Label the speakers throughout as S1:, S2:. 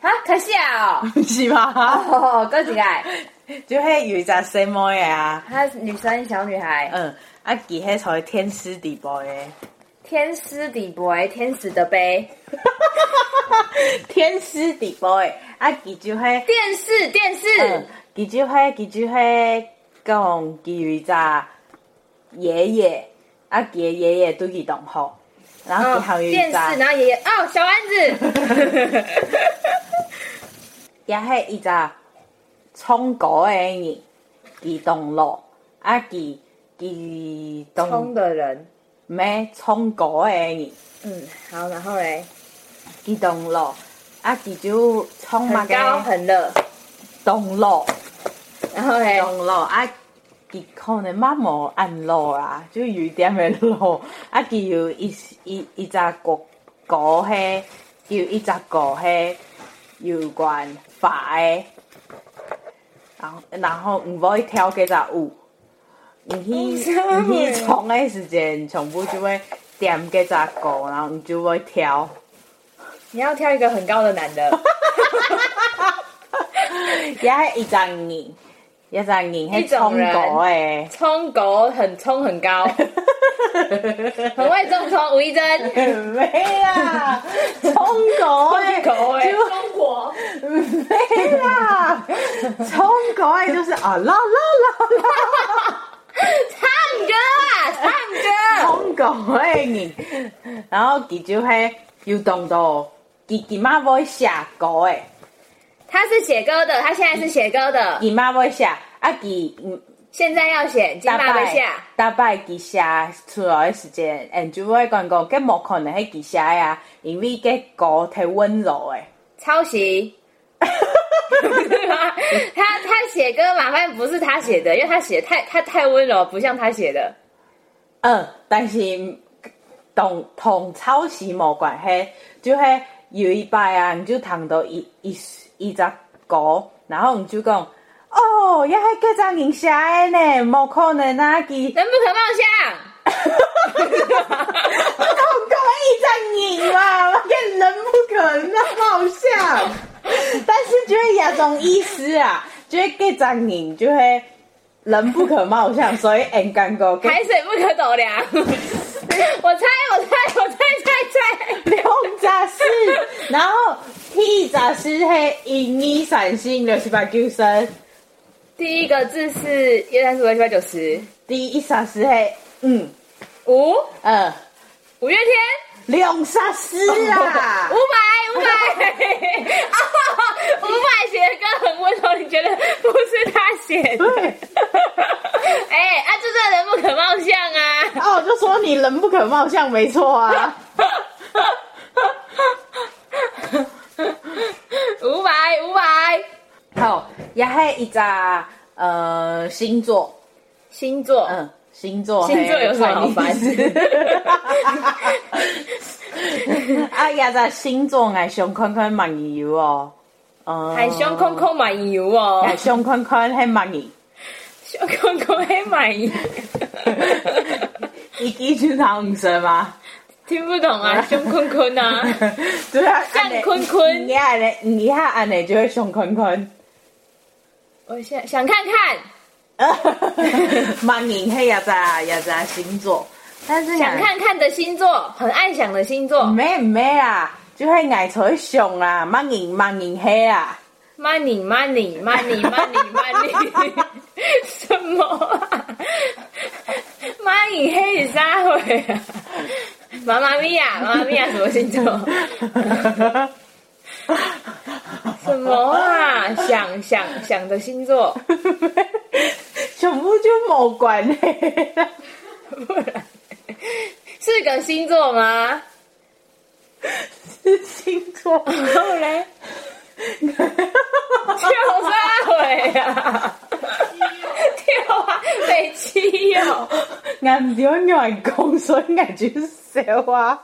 S1: 哦，
S2: 是吗？
S1: 哦，够一个，
S2: 就迄有一只细妹的啊，
S1: 她是女生小女孩，
S2: 嗯，啊，其迄属于天师地步的，
S1: 天师底杯，天使的杯，
S2: 天师地步的，啊，其就迄、
S1: 电视电视，
S2: 嗯，其就迄，其就迄，讲其有一只爷爷，啊，其的爷爷对佮同学，然后其还有一
S1: 电视，
S2: 只，
S1: 然后爷爷哦，小丸子，
S2: 也迄一只冲狗的人，其同路，啊，其其
S1: 冲
S2: 同
S1: 的人，
S2: 咩冲狗的人。
S1: 嗯，好，然后嘞，
S2: 伊动路，啊，伊就冲嘛
S1: 很高
S2: 个
S1: 很热，
S2: 动路，
S1: 然后嘞，
S2: 动路啊，伊可能嘛无按路啦，就有一点的路，啊，伊有一一一只狗狗嘿，伊有一只狗嘿，有关法的，然后然后毋会跳几只舞，毋去
S1: 啥
S2: 毋
S1: 会
S2: 去冲的时阵，全部就会点几只狗，然后你就会跳。
S1: 你要挑一个很高的男的，
S2: 也系一张人，一张人系冲狗诶，
S1: 冲狗很冲很高，很会重冲，吴一真。
S2: 没啦，冲狗诶，
S1: 狗哎诶，
S3: 中国
S2: 没啦，冲狗诶就是啊啦啦啦
S1: 唱歌啊，唱歌！
S2: 啦，冲狗诶人，然后佢就系要动到佢佢妈会写狗诶，
S1: 他是写歌的，他现在是写歌的，
S2: 佢妈会写啊佢
S1: 现在要写金马被下，
S2: 大概记写出来的时间，人就会讲讲，计无可能去记写呀，因为计狗太温柔诶。
S1: 抄袭。 他他写歌嘛，反正不是他写的，因为他写得太他太温柔，不像他写的。
S2: 嗯，但是同同抄袭无关系，就系有一摆啊，你就谈到一一一只狗，然后你就讲。哦，也系叫张人写的呢，无可能啊！佮
S1: 人不可貌相，
S2: 我讲一张人嘛，我跟人不可能好像，但是就会有种意思啊，就会给张人就会人不可貌相，所以很尴尬。跟
S1: 海水不可斗量。 我猜，我猜，我猜，猜猜。
S2: 两杂事，然后第一杂事系一二三四六七八九十，
S1: 第一个字是一三四五六七八九十
S2: 第一杂事系嗯
S1: 五，
S2: 呃
S1: 五月天。
S2: 两杂事啦
S1: 五，百，五百，哦，五百写的歌很温柔，你觉得不是他写的？
S2: 对，
S1: 哎、啊，这个人不可貌相啊！
S2: 哦，我就说你人不可貌相，没错啊，
S1: 五百，五百，
S2: 好，也系一杂呃星座，
S1: 星座，
S2: 嗯，星座，
S1: 星座有什么好烦
S2: 嘿？啊，也在星座爱上看看漫游哦，嗯，
S1: 海胸空空满油哦
S2: 爱，上看看系漫游。
S1: 胸空空黑满油，
S2: 一一句他五声吗？
S1: 听不懂啊，胸空空啊，
S2: 对啊，
S1: 像坤坤
S2: 你按嘞，你下按嘞就会像坤坤。
S1: 我想想看看，
S2: 蛮硬嘿呀在呀在星座，但是
S1: 想看看的星座，很爱想的星座
S2: 没没啦，就会爱出上啦，蛮硬蛮硬嘿啦。
S1: ，money money money money money，什 么、啊？蚂蚁黑是啥会啊？妈妈咪呀，妈妈咪呀，什么星座？什么啊？想想想的星座，
S2: 全部就冇关嘞，
S1: 不然是个星座吗？
S2: 是星座。
S1: 然后嘞，跳啥会啊？跳啊，北七哟、
S2: 俺唔要乱讲，所以俺就笑啊。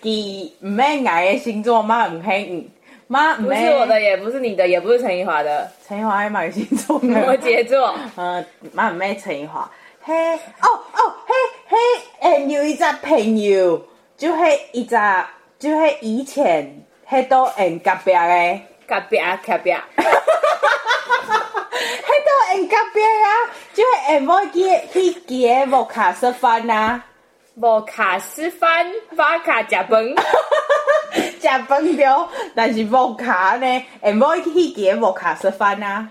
S2: 其唔系爱的星座嘛，唔系，嘛唔
S1: 不是我的，也不是你的，也不是陈怡华的，
S2: 陈奕华还蛮星座的。
S1: 摩羯座。
S2: 呃，蛮咩情况？嘿，哦哦，嘿嘿，诶，有一只朋友，就系一只，就系以前，迄都人隔壁诶，
S1: 隔壁啊，隔壁啊，
S2: 迄度用隔壁啊，就会用某记去记诶木卡食饭啊，
S1: 无卡吃饭，巴卡食 饭，
S2: 食饭着，但是木卡呢，用某去记诶木卡食饭啊，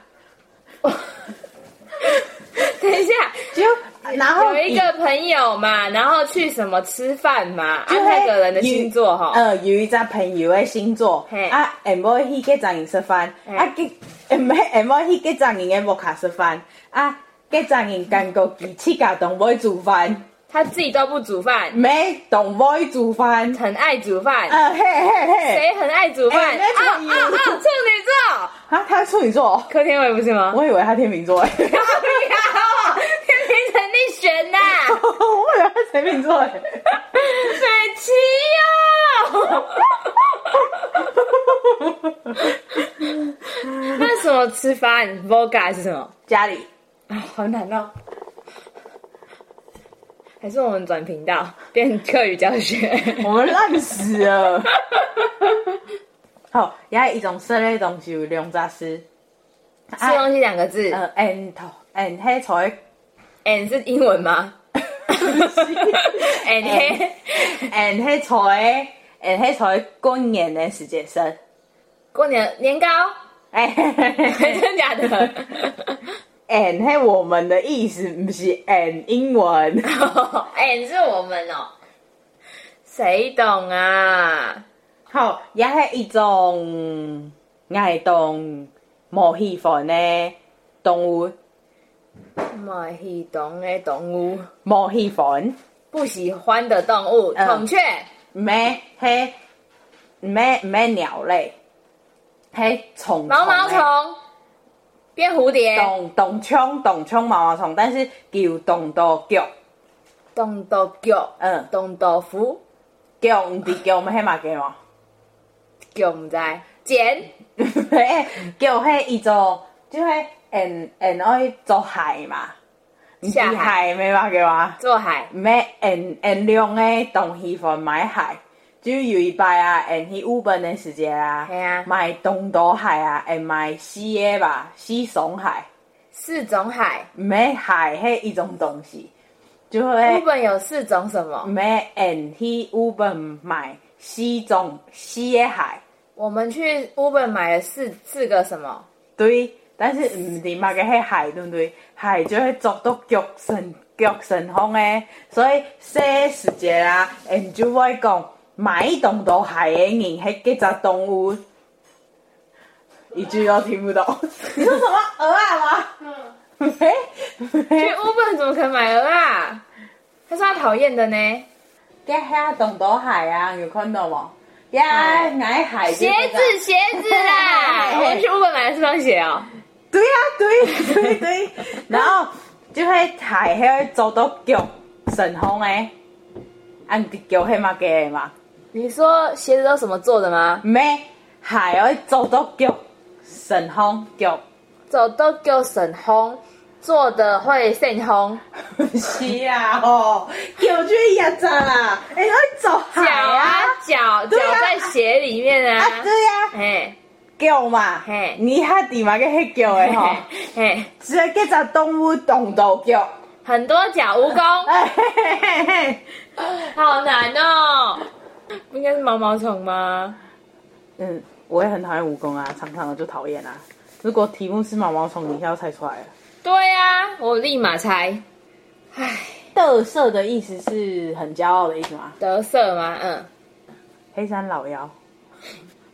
S1: 等一下。
S2: 就然后
S1: 有一个朋友嘛，然后去什么吃饭嘛，按那个人的星座哈、
S2: 呃，有一只朋友的星座
S1: 嘿，
S2: 啊，唔好去给丈人吃饭，
S1: 嘿
S2: 啊，给唔好唔好去给丈人的木卡吃饭，啊，给丈人干过机器家同妹煮饭，
S1: 他自己都不煮饭，
S2: 没同妹煮饭，
S1: 很爱煮饭，
S2: 啊嘿嘿嘿，
S1: 谁很爱煮
S2: 哎
S1: 饭？啊
S2: 那
S1: 啊
S2: 是你
S1: 啊！处女座，
S2: 啊，他是处女座哦，
S1: 柯天伟不是吗？
S2: 我以为他天秤座， 哎
S1: 靠呀！天平陈立璇 呐，
S2: 我以为他天秤座，哎
S1: 美琪哦哟！ 那什么吃饭 Voga 是什么？
S2: 家里
S1: 啊，好难哦。还是我们转频道变课语教学？
S2: 我们烂死 了。好，也有一种色类东西有两只啊诗，
S1: 吃东西两个字、
S2: 呃，and 头 and 黑彩
S1: a n d 是英文吗
S2: 嗯
S1: ？and 黑
S2: and 黑彩 and 黑彩过年的时节生，
S1: 过年年糕，
S2: 哎
S1: 真的假的？
S2: ，and 黑我们的意思不是 and 英文，
S1: and 是我们哦，谁懂啊？
S2: 好，也系一种爱动无喜欢的动物，
S1: 马戏懂的动物，
S2: 无喜欢，
S1: 不喜欢的动物，
S2: 嗯
S1: 孔雀、
S2: 咩嘿咩咩鸟类，嘿虫
S1: 毛毛
S2: 类
S1: 虫、变蝴蝶、
S2: 动动枪动枪毛毛虫，但是叫动到脚，
S1: 冻豆角、
S2: 嗯，
S1: 冻豆腐、
S2: 脚唔是叫我 们黑马给嘛？
S1: 叫唔知剪
S2: 叫迄伊做，就迄按按爱做海嘛，唔是
S1: 下海
S2: 海咩嘛叫嘛？
S1: 做海
S2: 咩按按量诶东西份买海，就有一摆啊，按去日本的时节啊
S1: 嘿啊，
S2: 买东岛海啊，按买西诶吧，西松海，
S1: 四种海。
S2: 咩海迄一种东西，就
S1: 日
S2: 会
S1: 本有四种什么？
S2: 咩按去日本买西种西诶海，
S1: 我们去 Uber 买了四四个什么？
S2: 对，但是唔是嘛个迄海对不对？海就会作到脚神脚神风诶，所以说时节啊，人就会讲买动到海诶人迄几只动物，一句都听不懂。你说什么鹅啊吗？没
S1: 去
S2: 没，
S1: Uber 怎么可能买鹅啊？他说他讨厌的呢。
S2: 给遐动到海啊，有看到无？呀，爱海就
S1: 鞋
S2: 是这样
S1: 子，鞋子啦！ 我们去 Uber 买了四双鞋哦。
S2: 对呀、对对对， 然后就会抬迄个走到脚神风诶，啊按伫脚迄嘛个嘛，
S1: 你说鞋子都什么做的吗？
S2: 咩还要走到脚神风脚，
S1: 走都叫神烘，做的会肾烘，
S2: 是啊哦，脚就一只啦，哎、要走
S1: 脚
S2: 海
S1: 啊脚脚
S2: 对啊
S1: 在鞋里面啊
S2: 啊，对呀、啊，
S1: 哎
S2: 脚嘛，
S1: 嘿
S2: 你下底嘛个迄脚
S1: 哎
S2: 诶 吼，
S1: 哎，
S2: 只个只动物动到脚，
S1: 很多脚蜈蚣，
S2: 哎嘿嘿嘿嘿，
S1: 好难哦。不应该是毛毛虫吗？
S2: 嗯，我也很讨厌蜈蚣啊，常常的就讨厌啊。如果题目是毛毛虫，你一下就猜出来了。
S1: 对呀、我立马猜
S2: 得瑟的意思是很骄傲的意思吗？
S1: 得瑟吗？嗯，
S2: 黑山老妖，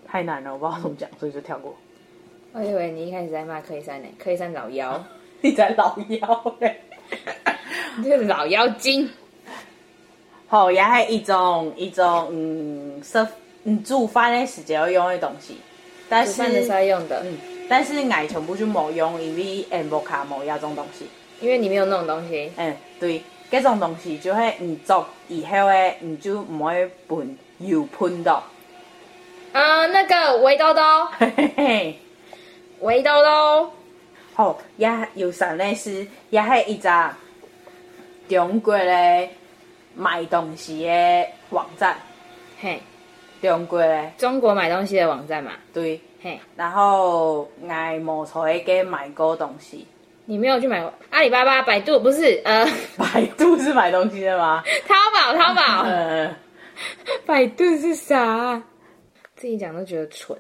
S2: 太难了，我不知道怎么讲，所以就跳过。
S1: 我以为你一开始在骂柯以山呢，柯以山老妖，
S2: 你才老妖欸 嘞！
S1: 这是老妖精，
S2: 好，也还一种一种嗯，吃嗯煮饭的时间要用的东西，但
S1: 煮
S2: 是
S1: 饭的时候用的，
S2: 嗯，但是爱全部就没用，因为嗯无卡无要这种东西。
S1: 因为你没有那种东西，
S2: 嗯，对，这种东西就会唔做以后诶，你就唔会喷油喷到。
S1: 啊，那个围兜兜，
S2: 嘿嘿嘿。
S1: 围兜兜，
S2: 好，也有上类似，也系一只中国咧卖东西的网站，
S1: 嘿，
S2: 中国咧
S1: 中国买东西的网站嘛，
S2: 对，
S1: 嘿，
S2: 然后爱某头一个买过东西，
S1: 你没有去买过阿里巴巴、百度不是？ 呃，
S2: 百度是买东西的吗？
S1: 淘宝，淘宝，
S2: 呃，
S1: 百度是啥？自己讲都觉得 蠢。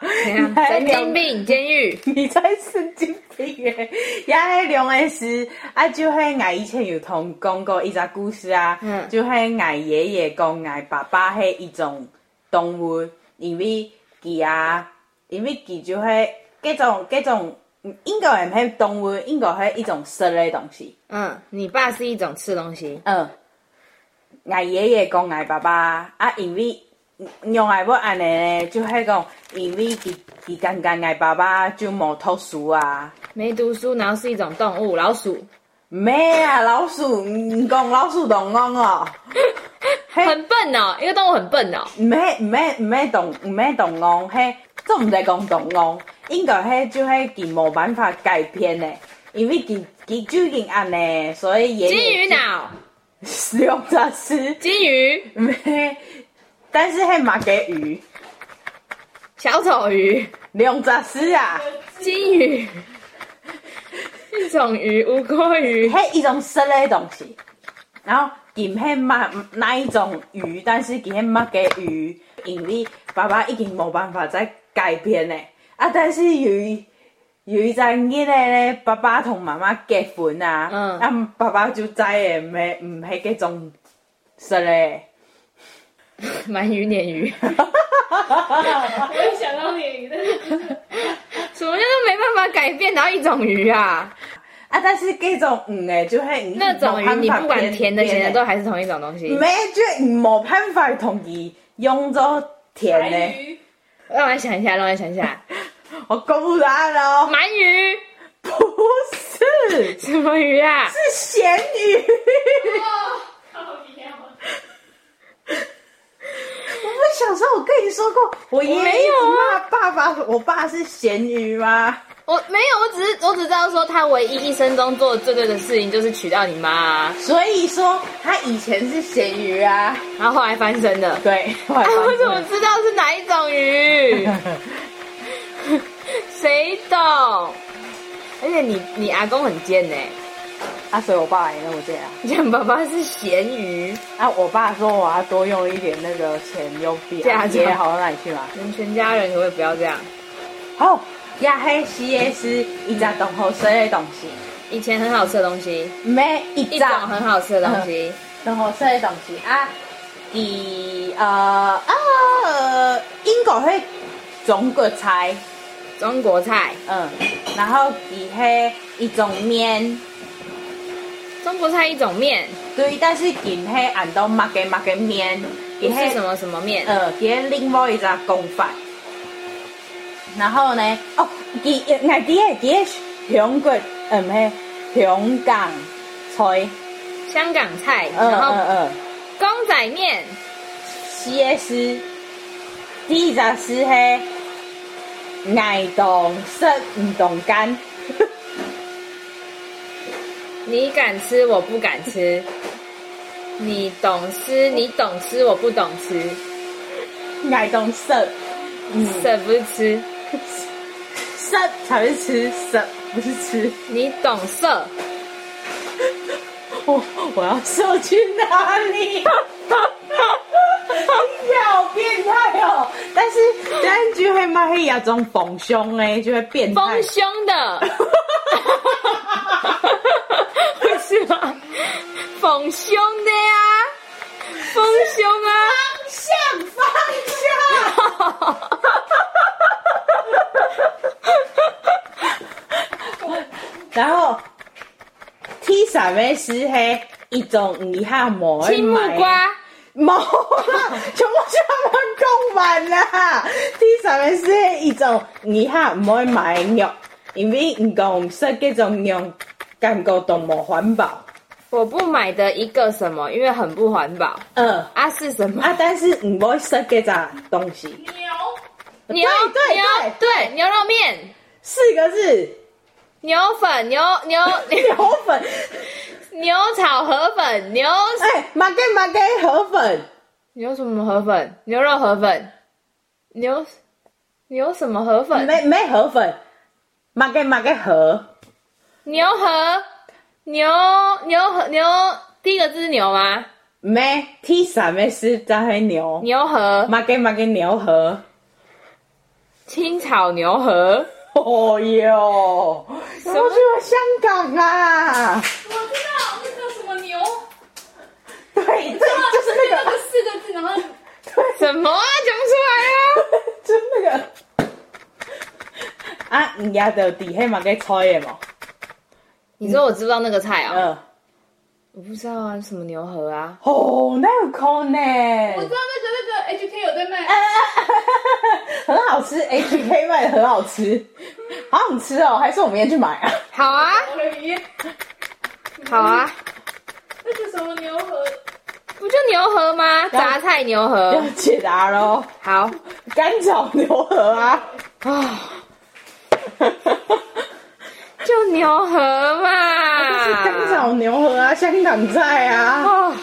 S1: 怎 样？神经病，监狱。
S2: 你才神经病耶！呀，迄两个是啊，就迄我以前有同讲过一只故事啊，
S1: 嗯
S2: 就迄我爷爷讲我爸爸迄一种动物，因为佮啊，因为佮就迄各种各种，英国人迄动物，英国迄一种食的东西。
S1: 嗯，你爸是一种吃东西。
S2: 嗯，我爷爷讲我爸爸啊，因为用爱要安尼咧，就迄讲，因为佮佮刚刚我爸爸就无读书啊。
S1: 没读书，然后是一种动物，老鼠，
S2: 咩啊，老鼠，你讲老鼠懂讲哦？嘿
S1: 很笨哦，一个动物很笨哦。
S2: 咩咩咩懂咩懂讲，嘿，这唔在讲懂讲，应该嘿就嘿佮冇办法改编嘞，因为佮佮究竟安尼，所以也
S1: 金鱼脑，
S2: 用只吃
S1: 金鱼，
S2: 咩，但是嘿嘛给鱼
S1: 小丑鱼，
S2: 两只吃啊，
S1: 金鱼，一种鱼，乌龟鱼，
S2: 嘿一种生的东西，然后佮嘿嘛那一种鱼，但是佮嘿嘛给鱼，因为爸爸已经冇办法再改编嘞，啊，但是有一有一阵囡仔咧，爸爸同妈妈结婚啊，
S1: 嗯
S2: 啊，爸爸就再也没唔系嗰种食嘞，
S1: 鳗鱼、鲶鱼。
S3: 我有想到鲶鱼，但是
S1: 什么叫做没办法改变？然后一种鱼啊，
S2: 啊，但是嗰种唔诶，就系
S1: 那种鱼你不管甜的、咸的，都
S2: 都
S1: 还是同一种东西。
S2: 咩就冇办法同伊用咗甜
S3: 白
S1: 哎
S2: 嘞，
S3: 鱼，
S1: 让我想一下，让我想一下，
S2: 我讲不答咯，
S1: 鳗鱼
S2: 不是。
S1: 什么鱼啊？
S2: 是咸鱼，
S3: 哦，好厉害！
S2: 我们小时候我跟你说过，我爷爷
S1: 没有啊
S2: 一直骂爸爸，我爸是咸鱼吗？
S1: 我没有，我只是我只知道说他唯一一生中做的最对的事情就是娶到你妈啊，
S2: 所以说他以前是咸鱼啊，
S1: 然后后来翻身 的。
S2: 对，后来
S1: 哎，
S2: 发
S1: 我怎么
S2: 现
S1: 知道是哪一种 鱼？谁懂？而且你你阿公很贱呢、
S2: 啊，所以我爸也那么这样
S1: 你讲爸爸是咸鱼，
S2: 啊，我爸说我要多用一点那个钱用币，
S1: 价值
S2: 也好到哪里去嘛？
S1: 你们全家人可不可以不要这样？
S2: 好，亚黑西耶是一只动好吃的东西，
S1: 以前很好吃的东西，
S2: 每一
S1: 一
S2: 只
S1: 种很好吃的东西，
S2: 动好吃的东西啊，第呃啊呃英国会中国菜。
S1: 中国菜，
S2: 嗯，然后底迄一种面，
S1: 中国菜一种面，
S2: 对，但是底迄俺都麦个麦个面，
S1: 不
S2: 底
S1: 是什
S2: 迄
S1: 么什么面，
S2: 呃，底迄另外一只公法。然后呢，哦，底俺底迄底迄香港，嗯嘿，香港菜，
S1: 香港菜，
S2: 嗯
S1: 然
S2: 嗯
S1: 后
S2: 嗯，
S1: 公仔面，
S2: 西诶是，第一只是呃迄爱懂食唔懂干，
S1: 你敢吃我不敢吃，你懂吃你懂吃我不懂吃，
S2: 爱懂食，嗯，
S1: 这不是吃，
S2: 食才是吃，食不是吃。
S1: 你懂色，
S2: 我我要瘦去哪里？你好变态哦！但是但是就会骂黑亚种逢凶哎，就会变态
S1: 丰。胸的，不是吗？丰胸的呀，丰胸啊。
S2: 向方向，然后 T 三位是黑一种遗憾魔，
S1: 青木瓜，
S2: 冇啦，全部全部讲完啦。第三个是一种你下唔可以买肉，因为唔讲说嗰种肉感觉都冇环保。
S1: 我不买的一个什么，因为很不环保
S2: 嗯，
S1: 啊，是什么？
S2: 啊，但是唔可以食嗰只东西，
S3: 牛，
S1: 牛
S2: 对
S1: 牛对牛肉面、
S2: 四个字
S1: 牛粉、牛牛
S2: 牛粉，
S1: 牛炒河粉、牛
S2: 哎，马给马给河粉，
S1: 牛什么河粉？牛肉河粉、牛牛什么河粉？
S2: 没没河粉，马给马给河，
S1: 牛河牛牛河牛，第一个字是牛吗？
S2: 没 T 三没是在黑牛，
S1: 牛河
S2: 马给马给牛河。
S1: 青草牛河，
S2: 哦哟，怎么去了香港啊？
S3: 我知道那个什么牛，
S2: 对，这就是那
S3: 那
S2: 个
S3: 个，四个字，然后
S1: 什么啊？讲不出来啊！
S2: 就是那个。啊，人家就底下嘛给炒的嘛，
S1: 你说我知不知道那个菜啊？
S2: 嗯，
S1: 我不知道啊，什么牛河啊？
S2: 哦，那有空呢，
S3: 我知道那个那个 HK 有在卖，
S2: 呃 很好吃，HK 卖的很好吃，好想吃哦，还是我们也去买啊？
S1: 好啊，
S3: 我的鱼，
S1: 好啊，
S3: 那个什么牛河，
S1: 不就牛河吗？杂菜牛河
S2: 要，解答喽，
S1: 好
S2: 干炒牛河啊，
S1: 啊，就牛河嘛，
S2: 干炒牛河啊，香港菜啊，
S1: 哦，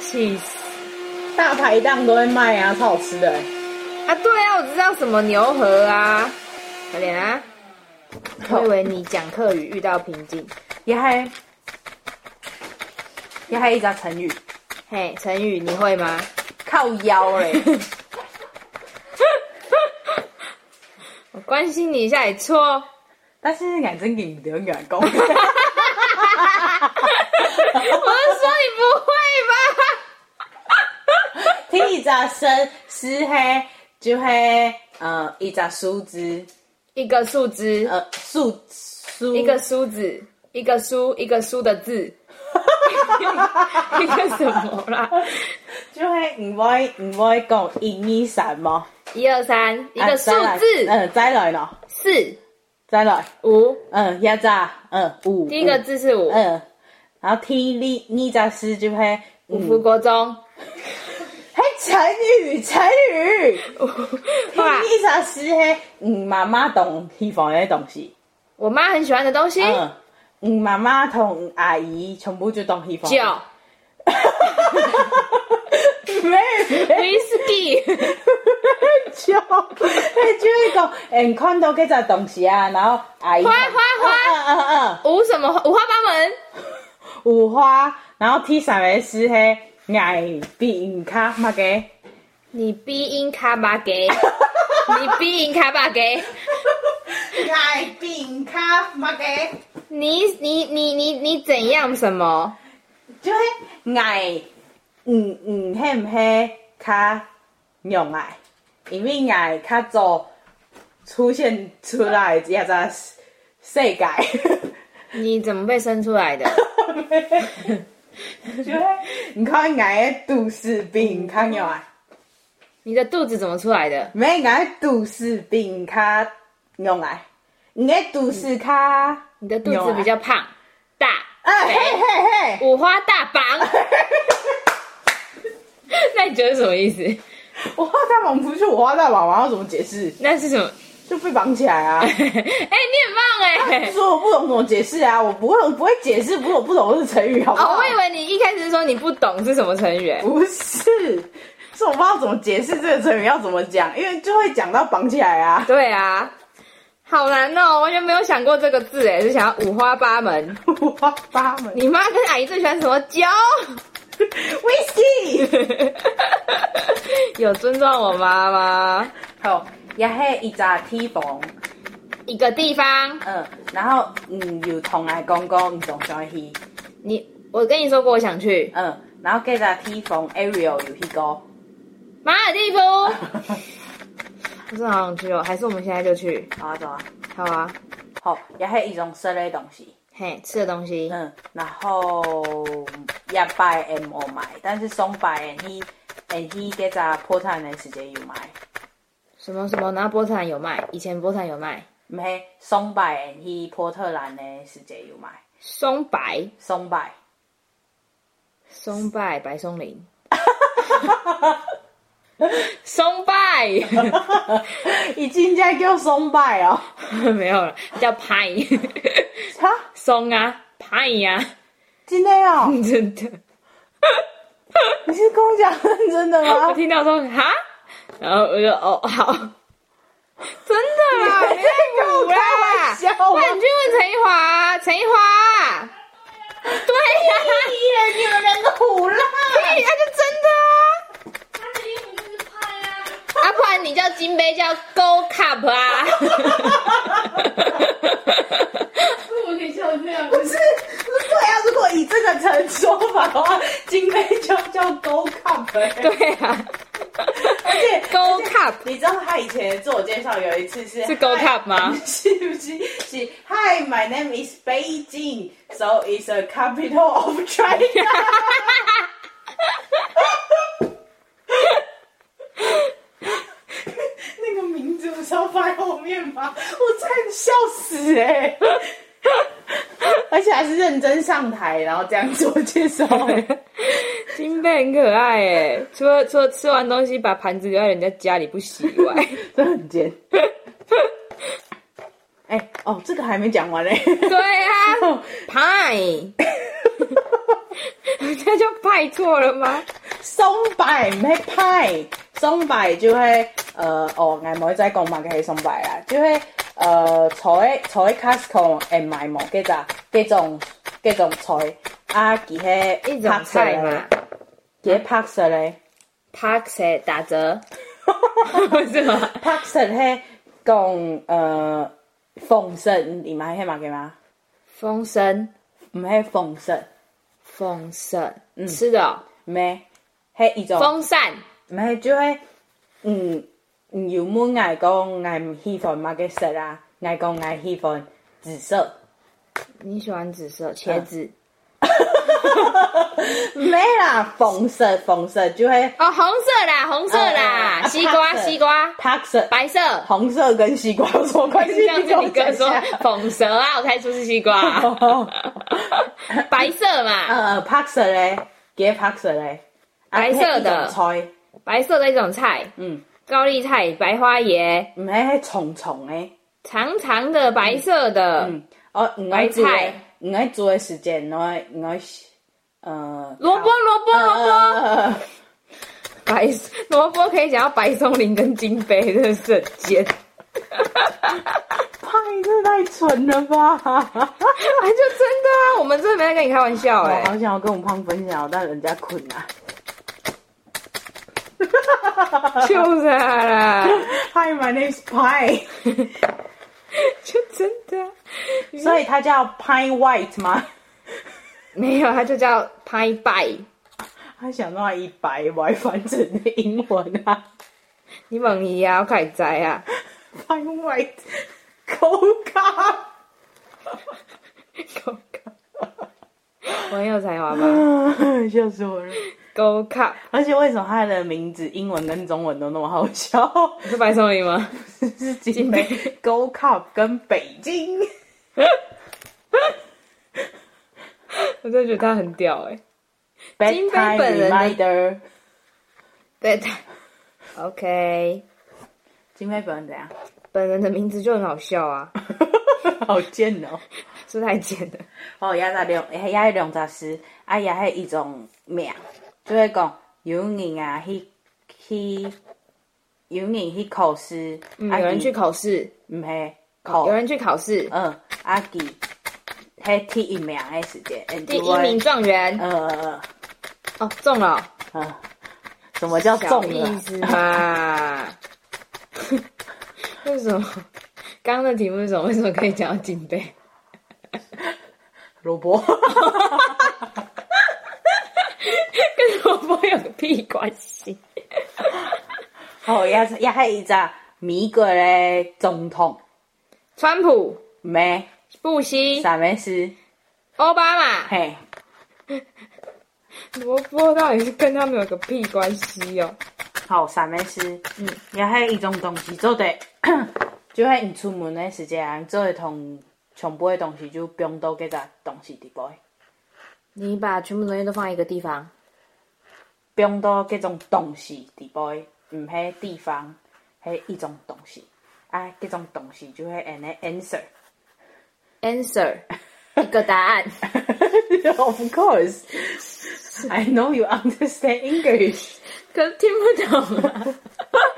S1: 气死
S2: 大排档都会卖啊，超好吃的、
S1: 啊！对啊，我知道什么牛河啊，快点啊！我以为你讲课语遇到瓶颈，
S2: 也还也还一张成语，
S1: 嘿，成语你会吗？
S2: 靠腰 嘞，
S1: 我关心你一下，你错。
S2: 但是眼睛给不着眼光，
S1: 我是说你不会吧？
S2: 听一张声是黑就黑，呃，一张树枝，
S1: 一个树枝，
S2: 呃，树树
S1: 一个梳子，一个书，一个书的字， 一个什么啦？
S2: 就黑唔会唔会讲一二三吗？
S1: 一二三，一
S2: 啊
S1: 个数
S2: 再来
S1: 字，
S2: 嗯，再来咯，
S1: 四
S2: 再来，
S1: 五，
S2: 嗯，一张，嗯，五，
S1: 第一个
S2: 五，
S1: 字是五。
S2: 嗯，然后听力二张诗就黑
S1: 五福国中，
S2: 嘿，成语成语。
S1: 哇，
S2: 披萨是迄嗯妈妈同喜欢的东西，
S1: 我妈很喜欢的东西，
S2: 嗯，嗯妈妈同阿姨全部就同喜欢。
S1: 酒
S2: 咩
S1: ，whisky，
S2: 酒？迄就是讲，嗯，看到这只东西啊，然后阿姨
S1: 花花花
S2: 嗯嗯嗯，
S1: 五什么五花八门，
S2: 嗯有花，然后披萨的是迄爱比唔卡嘛个，
S1: 你逼音卡巴给，你逼音卡巴给，
S2: 爱比唔卡嘛个，
S1: 你你你你你怎样什么？
S2: 就是爱嗯嗯，迄唔迄卡用爱，因为爱较早。出现出来一个世界，
S1: 你怎么被生出来的？
S2: 你看俺的都市病较牛啊，
S1: 你的肚子怎么出来的？
S2: 没俺的都市病较牛啊，你的都市较，
S1: 你的肚子比较胖，大，
S2: 哎嘿嘿嘿，
S1: 五花大绑。那你觉得什么意思？
S2: 我画大绑不是我画大绑，我要怎么解释？
S1: 那是什么？
S2: 就被绑起来 啊！
S1: 哎、你很棒哎、
S2: 说我不懂怎么解释啊，我不会，我不会解释，不是我不懂是成语，好不好？
S1: 哦，我以为你一开始说你不懂是什么成语、哎
S2: 不是，是我不知道怎么解释这个成语要怎么讲，因为就会讲到绑起来 啊。
S1: 对啊，好难哦，完全没有想过这个字哎、就想要五花八门。
S2: 五花八门
S1: 你妈跟阿姨最喜欢什么酒？
S2: ，whisky。
S1: 有尊重我妈吗？
S2: 好，也迄一只铁房，
S1: 一个地方，
S2: 嗯，然后嗯又同来讲讲，你总想去，
S1: 你我跟你说过我想去
S2: 嗯，然后这只铁房 Ariel 有去过，
S1: 马尔蒂夫。我真的好想去哦，还是我们现在就去？
S2: 好啊，走啊，
S1: 好啊，
S2: 好，也迄一种色的东西，
S1: 嘿，吃的东西，
S2: 嗯，然后也拜 M 我买，但是松柏的去，诶去这只破产的时间有买，
S1: 什么什么，然后波特兰有卖，以前波特兰有卖
S2: 唔系松柏的去波特兰的时间有买，
S1: 松白、
S2: 松柏，
S1: 松柏、白松林，松柏
S2: 伊真正叫松柏哦，
S1: 没有了，叫派
S2: 哈，
S1: 松啊，派呀、
S2: 真的哦，
S1: 真的，
S2: 你是跟我讲认真的吗
S1: 我？听到说哈，然后我就哦好，真的啦，你在
S2: 啊跟我
S1: 补
S2: 开玩
S1: 啦，
S2: 笑
S1: 那
S2: 啊
S1: 你去问陈一华啊，陈一华啊，对呀、
S2: 耶，你们两个胡啦！
S1: 对呀、就
S2: 啊
S1: 真
S3: 他的衣服就是派啊，
S1: 的啊，啊不然你叫金杯叫 Go Cup 啊，
S3: 为什么可以笑这样？不是，
S2: 对啊，如果以这个成说法的话，金杯就叫 Go Cup 欸
S1: 对 啊
S2: 而且
S1: ，Go Cup
S2: 你知道他以前的自我介绍有一次是
S1: 是 Go Cup 吗？
S2: 是不是？是 Hi, my name is Beijing, so it's a capital of China。那个名字不是要放在后面吗？我真的笑死哎、欸！而且还是认真上台，然后这样自我 介绍、欸。
S1: 金贝很可爱哎，除了除了吃完东西把盘子留在人家家里不洗以 外，
S2: 这很尖。哎、哦，这个还没讲完嘞、欸
S1: 对啊， 派，人家就派错了吗？
S2: 松柏唔系派，松柏就会呃哦，我妹仔讲嘛，嘅系松柏啦，就会呃菜菜 Costco 会卖无几只，几种几种菜啊，其迄
S1: 一种菜嘛，
S2: 其迄拍摄咧，
S1: ，Park 谁打 折？是吗？
S2: 拍摄迄讲呃丰盛，你买迄嘛嘅嘛，
S1: 风神，
S2: 唔系丰盛
S1: 风神，吃的哦
S2: 咩？迄一种
S1: 风扇，
S2: 唔係，就係嗯，原本愛講愛唔喜歡乜嘅色啊，愛講愛喜歡紫色。
S1: 你喜欢紫色茄子
S2: 咩啦，紅色紅色就係
S1: 哦，红色啦，红色啦，
S2: 嗯嗯嗯
S1: 西瓜
S2: 啊，Park
S1: 西瓜，
S2: 白色，
S1: 白色。
S2: 紅色跟西瓜有什麼關
S1: 这样
S2: 係？
S1: 子， 你哥说
S2: 跟
S1: 捧蛇啊，我猜出是西瓜、
S2: 哦
S1: 白色嘛，
S2: 呃，白色咧，幾白色咧？啊
S1: 白色的
S2: 那一種菜，
S1: 白色的一种菜，
S2: 嗯，
S1: 高丽菜、白花椰，
S2: 唔係係蟲蟲咧，
S1: 长长的白色的
S2: 嗯，我唔
S1: 白
S2: 愛
S1: 菜
S2: 做的，唔愛做嘅時間，我我呃
S1: 萝卜、萝卜、萝卜，
S2: 呃
S1: 白萝卜可以讲到白松林跟金杯，真的是很 啊尖，
S2: 派这太蠢了吧！
S1: 啊，就真的啊，我们真的没在跟你开玩笑哎、
S2: 我好想要跟我胖分享，但人家困啊。
S1: 就是啊啦，
S2: Hi, my name's Pie，
S1: 就真的啊、
S2: 所以它叫 Pie White 吗？
S1: 没有，啊它就叫拍拜，
S2: 他想到以白 Y 翻成英文啊
S1: 你猛一啊，我快摘啊，
S2: ，Pie White，口咖。
S1: Go Cup 我很有才华吧
S2: 啊笑死我了！
S1: ？Go Cup。
S2: 而且为什么他的名字英文跟中文都那么好笑？
S1: 是白松林吗？
S2: 是金杯 Go Cup 跟北京。
S1: 我真的觉得他很屌哎、金杯
S2: Bedtime
S1: 本人的
S2: reminder，
S1: 对他，OK，
S2: 金杯本人 怎样？
S1: 本人的名字就很好笑啊，
S2: 好贱哦！
S1: 是不是太简了。
S2: 哦，也是两，也是两杂诗，啊，也是一种命，就会讲有人啊去去，有人去考试，
S1: 嗯，
S2: 啊
S1: 有人去，考试，
S2: 毋系考，
S1: 有人去考试，
S2: 嗯，啊，记，迄第一名的时间，
S1: 第一名，状元、
S2: 呃，
S1: 哦，中了哦，
S2: 呃，什么叫啊中
S1: 小意 思
S2: 了？
S1: 嘛？为什么？刚刚的题目是什么？为什么可以讲到金杯？
S2: 萝卜，
S1: 跟萝卜有个屁关系？
S2: 哦，也是也是一只美国的总统，
S1: 川普、
S2: 咩？
S1: 布希、
S2: 啥物事？
S1: 奥巴马，
S2: 嘿，
S1: 萝卜到底是跟他们有个屁关系哦？
S2: 好，啥物事？
S1: 嗯，
S2: 也系一种东西做的， 就系你出门的时间做的同全部的东西就冰到几只东西伫背，
S1: 你把全部东西都放在一个地方，
S2: 冰到几种东西伫背，毋迄地方，迄一种东西，啊，几种东西就会安尼 answer。
S1: answer 一个答案。
S2: of course, I know you understand English.
S1: 可是听不懂啊，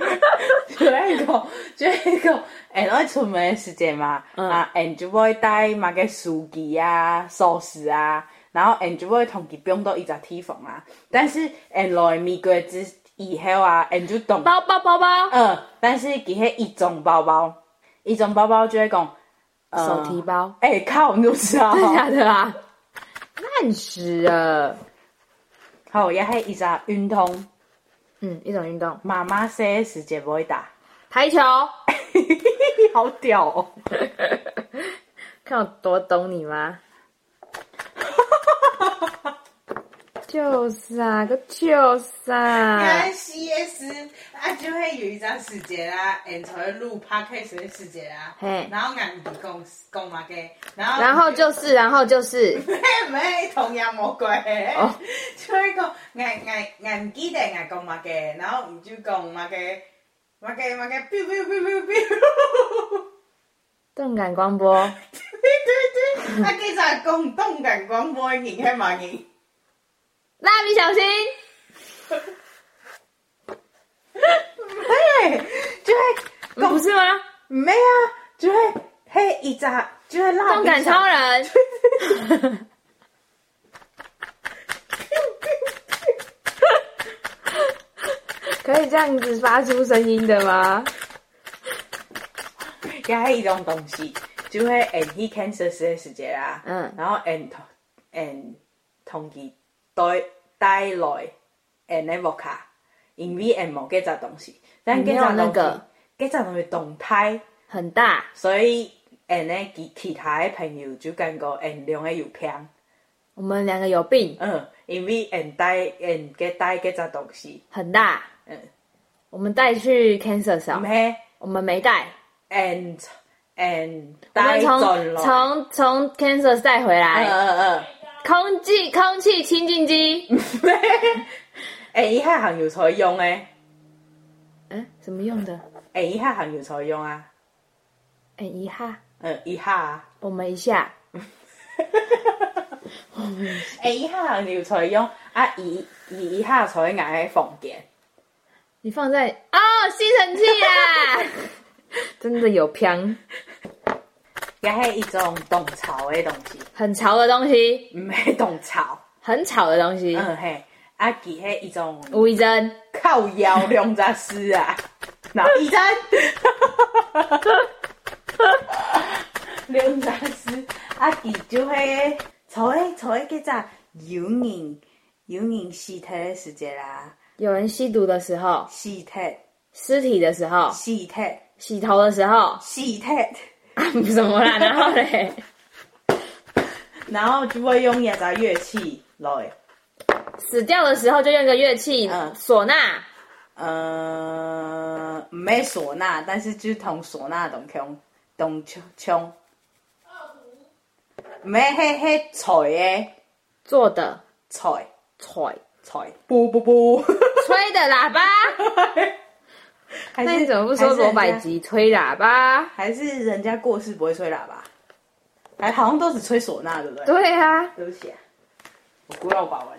S2: 就一个，就一个，俺爱出门的时间嘛，
S1: 嗯
S2: 啊，俺就会带买个书机啊、钥匙啊，然后俺就会同佮用到一只地方啊。但是俺来美国之以后啊，俺就 懂，
S1: 包包包包，
S2: 嗯，但是佮迄一种包包，一种包包就会讲，呃
S1: 手提，包，
S2: 哎、靠，你都知 道，
S1: 真的假的啊？烂死了。
S2: 好，也系一只运动，
S1: 嗯，一种运动，
S2: 妈妈生的时间不会打，
S1: 排球。
S2: 好屌哦。
S1: 看我多懂你吗？就是啊，个就是啊
S2: 看，CS，啊就会有一张时间啊，然后录 podcast 的时间啊，
S1: 嘿
S2: 然后俺们讲讲嘛个，然后
S1: 然后就是，然后就是，
S2: 嘿没同样魔鬼，
S1: 哦
S2: 就会讲俺俺俺记得俺讲嘛个，然后你就讲嘛个嘛个嘛个 biu biu biu biu biu，
S1: 动感光波，
S2: 对对对，啊给咱讲动感光波的人还嘛人，
S1: 蜡笔小新，
S2: 嘿，就会
S1: 嗯不是吗？
S2: 没啊，就会嘿一张就会蜡笔
S1: 动感
S2: 小
S1: 超人，可以这样子发出声音的吗？
S2: 加迄种东西，就会按去 cancer 的时节啦，
S1: 嗯
S2: 然后按同按同期带带来按那 v 卡，因为按某个只东西，但
S1: 没
S2: 个
S1: 有
S2: 只
S1: 那
S2: 东西
S1: 个，
S2: 个只东西动态，
S1: 很大，
S2: 所以按那其其他的朋友就感觉按两个有偏，
S1: 我们两个有病，
S2: 嗯，因为按带按个带个只东西，
S1: 很大。
S2: 嗯，
S1: 我们带去 Kansas 啊
S2: 唔，系
S1: 我们没带，
S2: 按按
S1: 我
S2: 带
S1: 们从
S2: 转来，
S1: 从从 Kansas 带回
S2: 嗯
S1: 来，
S2: 嗯嗯。
S1: 空气空气清净机，
S2: 诶，伊遐行有才用诶，
S1: 嗯，什么用的？
S2: 诶，伊遐行有才用啊，
S1: 哎，一下，
S2: 嗯，伊遐啊，
S1: 我们一下，
S2: 诶，伊遐行有才用啊，伊伊伊遐才硬诶房间，
S1: 你放在哦，吸尘器啊啦， 真的有飘，
S2: 也系一种动潮诶东西，
S1: 很潮的东西，
S2: 毋系动潮，
S1: 很吵的东西，
S2: 嗯嘿，啊，其迄一种
S1: 吴亦真，
S2: 靠腰两只丝啊，那一针，两只丝啊，伊就迄坐诶坐诶，迄只有人有人尸体诶时节啦，
S1: 有人吸毒的时候，
S2: 尸体。
S1: 尸体的时候，
S2: 戏踢
S1: 洗头的时候，啊
S2: 戏踢，
S1: 什么 啦？然后嘞，
S2: 然后就会用一只乐器来，
S1: 死掉的时候就用个乐器，
S2: 嗯
S1: 唢呐，
S2: 呃，唔系唢呐，但是就同唢呐同腔同腔腔，唔系迄迄菜诶
S1: 做的
S2: 菜
S1: 吹
S2: 菜，不不不，
S1: 吹的喇叭。
S2: 还是哎
S1: 那你怎么不说罗百？吉吹喇叭？
S2: 还是人家还是人家过世不会吹喇叭？还好像都只吹唢呐，对不对？
S1: 对啊，
S2: 对不起、啊，我孤陋寡闻。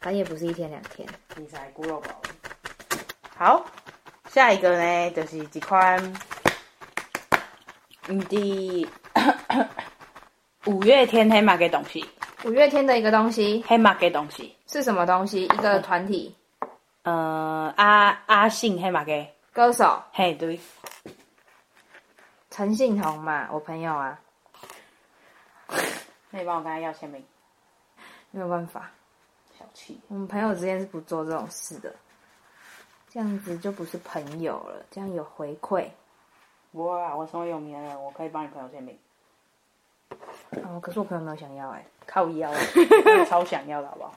S1: 咱也不是一天两天。
S2: 你才孤陋寡闻。好，下一个呢，就是一款，唔知 五月天黑马嘅东西，
S1: 五月天的一个东西
S2: 黑马嘅东西，
S1: 是什么东西？一个团体
S2: 呃，阿阿信黑马嘅，
S1: 歌手
S2: 嘿对，
S1: 陈信宏嘛，我朋友啊，
S2: 那你帮我跟他要签名，
S1: 没有办法，
S2: 小气，
S1: 我们朋友之间是不做这种事的，这样子就不是朋友了，这样有回馈。
S2: 不会啊，我身为有名的人，我可以帮你朋友签名，
S1: 哦，可是我朋友没有想要哎、
S2: 靠腰，啊我超想要的好不好？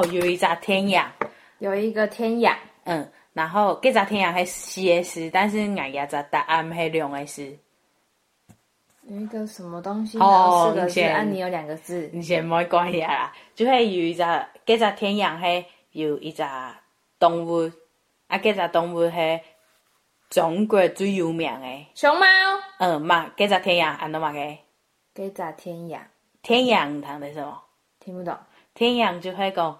S2: 哦，有一只天涯，
S1: 有一个天雅，
S2: 嗯，然后这只天涯系 CS，但是我也只答案系两个是。
S1: 有一个什么东西，
S2: 哦
S1: 然后四个字，
S2: 你先
S1: 啊，你有两个字，
S2: 你先莫讲遐啦，就迄有一只，计只天阳迄有一只动物，啊，计只动物迄中国最有名诶，
S1: 熊猫，
S2: 嗯嘛，计只天阳安怎嘛个？
S1: 给咋天雅，
S2: 天阳唔通的什么？
S1: 听不懂，
S2: 天阳就会讲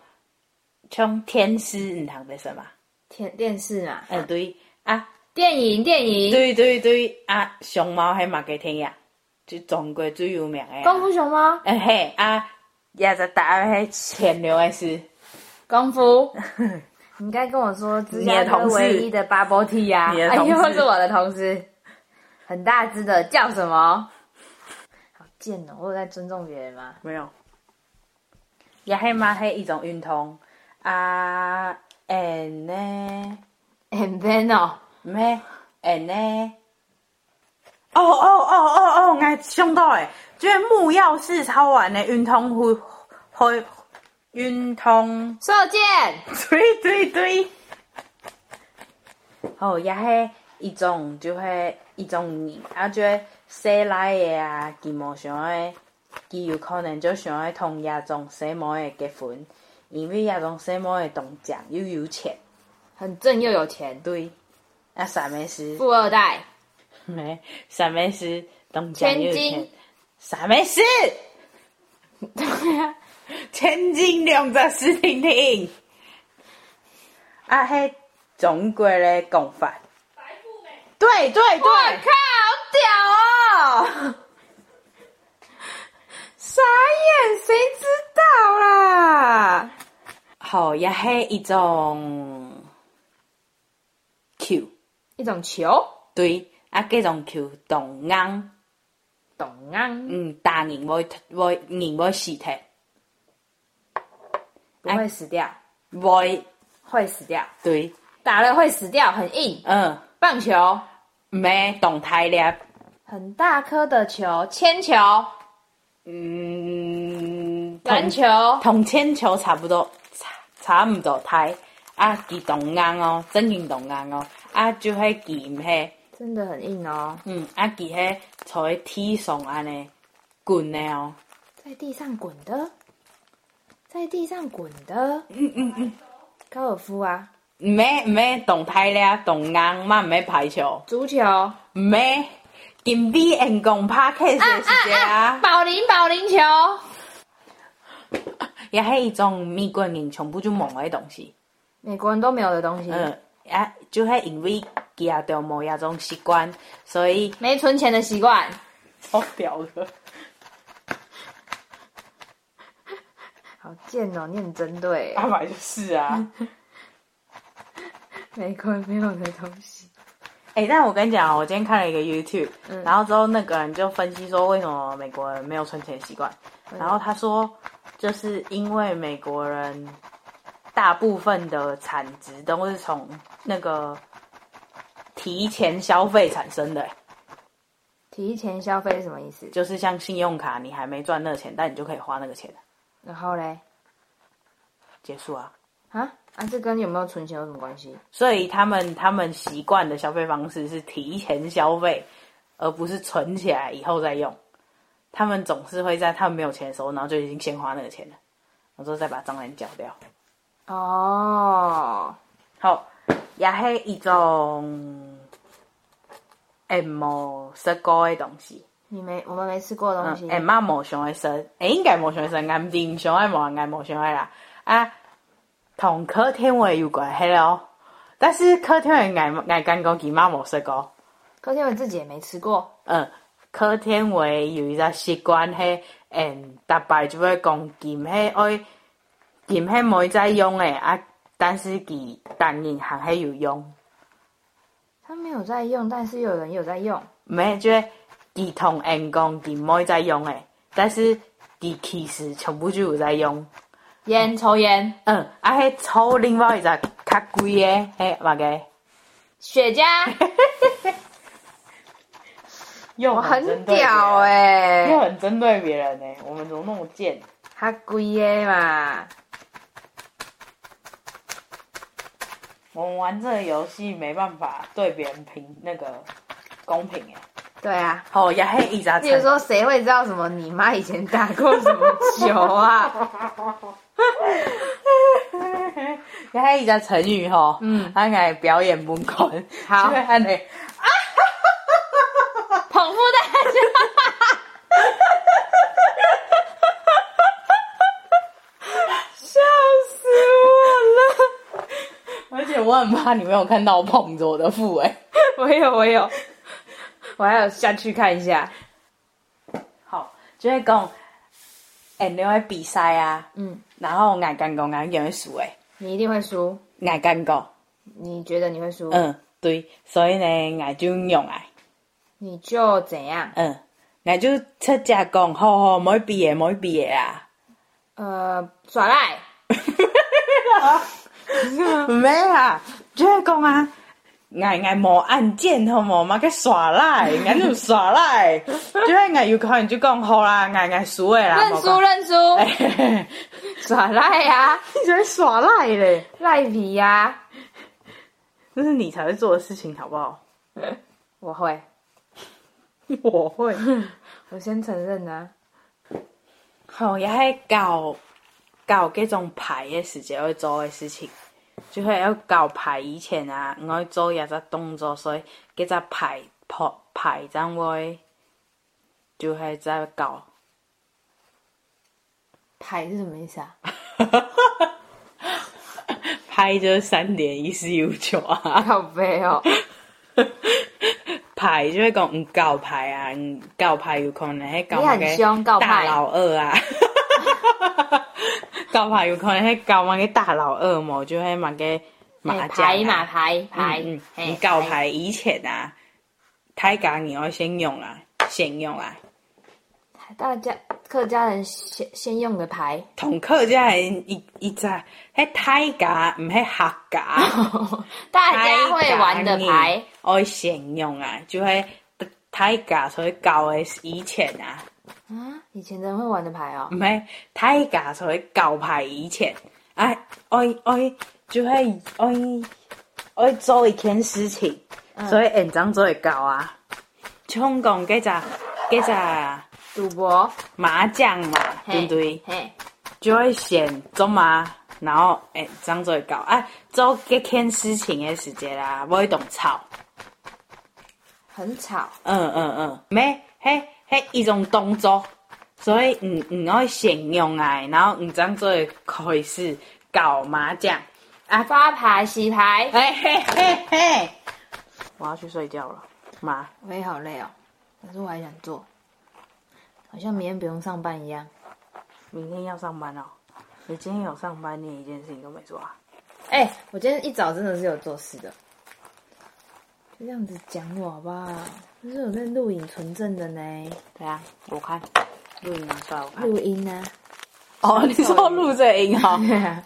S2: 像天师唔通的什么？
S1: 电电视嘛，
S2: 诶、对啊，
S1: 电影电影，
S2: 对对对啊，熊猫系马给听呀，就中国最有名诶。
S1: 功夫熊猫，
S2: 诶嘿啊，也是答案系前流诶是，
S1: 功夫。 你应该跟我说芝加哥唯一的 bubble tea 呀、啊，
S2: 你的同事
S1: 哎又是我的同事，很大只的，叫什么？好贱哦！我有在尊重别人吗？
S2: 没有，也系嘛系一种运动啊，and 呢
S1: 很 man 哦，
S2: 咩 and 呢？哦哦哦哦哦，我想到诶，就是木曜四超玩的运动会会运动。
S1: 射箭，
S2: 对对对。哦，也是一种就会一种人，啊，就会生来的啊，佮无想的，佮有可能就想要同亚种什么的结婚，因为亚种什么的东奖又有钱，
S1: 很正又有钱，
S2: 对。啊，啥么事？
S1: 富二代，
S2: 没，啥么事？东奖又
S1: 千
S2: 有钱
S1: 金。
S2: 啥么事？
S1: 对啊，
S2: 千金两个是婷婷。啊，嘿，中国的讲法。
S3: 白富美，
S2: 对对
S1: 我
S2: 对。
S1: 靠，好屌哦！傻眼，谁知道啊啦？
S2: 好，也是一种 Q，
S1: 一种球，
S2: 对，啊，这种 Q 动硬，
S1: 懂啊安
S2: 嗯，打人会会人会死体，
S1: 不会死掉，
S2: 啊会
S1: 会死掉，
S2: 对，
S1: 打了会死掉，很硬。
S2: 嗯，
S1: 棒球，
S2: 没动态了，
S1: 很大颗的球，铅球，
S2: 嗯，
S1: 篮球，
S2: 同铅球差不多，差差唔多太，啊，佢动硬哦，真正动硬哦，啊，就系佢唔系，
S1: 真的很硬哦，
S2: 嗯，啊，佢系坐喺天上安尼滚的哦，
S1: 在地上滚的，在地上滚的，
S2: 嗯嗯嗯。
S1: 高尔夫啊，
S2: 唔咩唔咩动态咧，动硬嘛唔咩排球，
S1: 足球啊
S2: 唔咩金币人工拍 case 的时间啊，
S1: 保龄保龄球，
S2: 也是一种美国人全部就懵的东西。
S1: 美国人都没有的东西，
S2: 嗯，啊，就是因为佢也都冇一种习惯，所以
S1: 没存钱的习惯，
S2: 我屌了。
S1: 好贱哦，你很针对
S2: 阿买就是啊，
S1: 美国人没有的东西，
S2: 哎、但我跟你讲哦，我今天看了一个 YouTube，、
S1: 嗯
S2: 然后之后那个人就分析说为什么美国人没有存钱习惯，然后他说就是因为美国人大部分的产值都是从那个提前消费产生的，
S1: 提前消费是什么意思？
S2: 就是像信用卡，你还没赚那个钱，但你就可以花那个钱了，
S1: 然后嘞，
S2: 结束啊。
S1: 啊啊，这跟有没有存钱有什么关系？
S2: 所以他们他们习惯的消费方式是提前消费，而不是存起来以后再用。他们总是会在他们没有钱的时候，然后就已经先花那个钱了，然后之后再把账单缴掉。
S1: 哦，
S2: 好，也是一哎种 M 食过的东西，
S1: 你没我们没吃过的东西
S2: 嗯，，哎妈无想爱食，哎应该无想爱食，俺定想爱无，俺无想爱啦啊，同柯天伟有关系了哦，但是柯天伟俺俺刚讲佮妈无食过。
S1: 可是我自己也没吃过。
S2: 嗯，柯天伟有一个习惯迄，嗯，逐摆就会讲哎剑迄爱剑迄冇在用诶啊，但是佮单人行迄有用，
S1: 他没有在用，但是有人有在用。
S2: 咩就会佮同人讲剑冇在用诶，但是佮其实全部就有在用。
S1: 烟抽烟，
S2: 嗯，啊，迄抽另外一只较贵诶，迄嘛个
S1: 雪 茄，
S2: 又
S1: 我很屌哎、
S2: 又很针对别人诶、我们怎么那么贱？
S1: 他贵耶嘛，
S2: 我们玩这个游戏没办法对别人平那个公平哎。
S1: 对啊。
S2: 好，哦也是一扎
S1: 例如说，谁会知道什么你妈以前打过什么球啊？
S2: 也是一扎成语吼。
S1: 嗯
S2: 他来表演门口。
S1: 好
S2: 就会安尼
S1: 捧腹大笑，
S2: 笑死我了。而且我我很怕你没有看到我捧着我的腹哎、
S1: 我有我有，我还有下去看一下。
S2: 好，就会讲，哎、你会比赛啊，
S1: 嗯，
S2: 然后挨干过，挨定会输哎，
S1: 你一定会输，
S2: 挨干过，
S1: 你觉得你会输？，
S2: 嗯，对，所以呢，挨就用哎，
S1: 你就怎样？
S2: 嗯，挨就出家讲，好好，唔好比嘅，唔好比嘅啊，
S1: 呃，耍 赖，啊
S2: 咩啊，就会讲啊。挨挨冇按键好冇，嘛个耍 赖，挨就耍赖，就系挨要可能就讲好啦，挨挨输诶啦，
S1: 认输认输，
S2: 输，
S1: 耍赖呀、啊，
S2: 你在耍赖嘞，
S1: 赖皮啊呀、
S2: 这是你才会做的事情，好不好？
S1: 我会，
S2: 我会，
S1: 我先承认啊。
S2: 好，哦也系搞搞各种牌的时节会做的事情，就会要搞牌以前啊，我会做一只动作，所以嗰只牌牌牌张会就系在 搞，
S1: 牌是什么意思啊？
S2: 牌就是三点一四五九啊，
S1: 靠背哦，
S2: 牌就会讲唔搞牌啊，唔搞牌有可能系搞
S1: 你很凶告
S2: 大
S1: 牌
S2: 老二啊， 搞牌有可能系搞嘛个大老二嘛，就系嘛个麻
S1: 哎
S2: 将啊、
S1: 牌嘛牌牌，
S2: 嗯嗯，
S1: 哎
S2: 你告，牌以前啊，太讲你要先用啊，先用啊，
S1: 牌大家客家人先先用的 牌，
S2: 同客家人一一只，迄太假唔系客家，
S1: 大家会玩的
S2: 泰
S1: 牌
S2: 假，你要先用啊，就系太假所以教的以前啊，
S1: 啊，以前人会玩的牌哦
S2: 唔，系太假所以教牌以前，哎，我我就系我我做一件事情。
S1: 嗯
S2: 所以延长做会到啊。香港嗰只嗰只
S1: 赌博，
S2: 麻将嘛，对
S1: 嘿
S2: 不对？
S1: 嘿，
S2: 就会选中嘛，然后哎延长做会到啊。做嗰件事情的时间啦，我会懂吵。
S1: 很吵，
S2: 嗯嗯嗯，咩？嘿嘿，一种动作，所以唔唔爱先用啊，然后唔长做会开始搞麻将。
S1: 发牌洗牌，
S2: 哎嘿嘿嘿，我要去睡觉了，妈。
S1: 我也好累哦，可是我还想做，好像明天不用上班一样。
S2: 明天要上班哦。你今天有上班，你一件事情都没做啊？
S1: 哎、我今天一早真的是有做事的，就这样子讲我好不好？就是有在录影存证的呢，
S2: 对啊，我看录音拿出来我看。
S1: 录音呢、
S2: 哦，你说录这音啊？
S1: 对啊，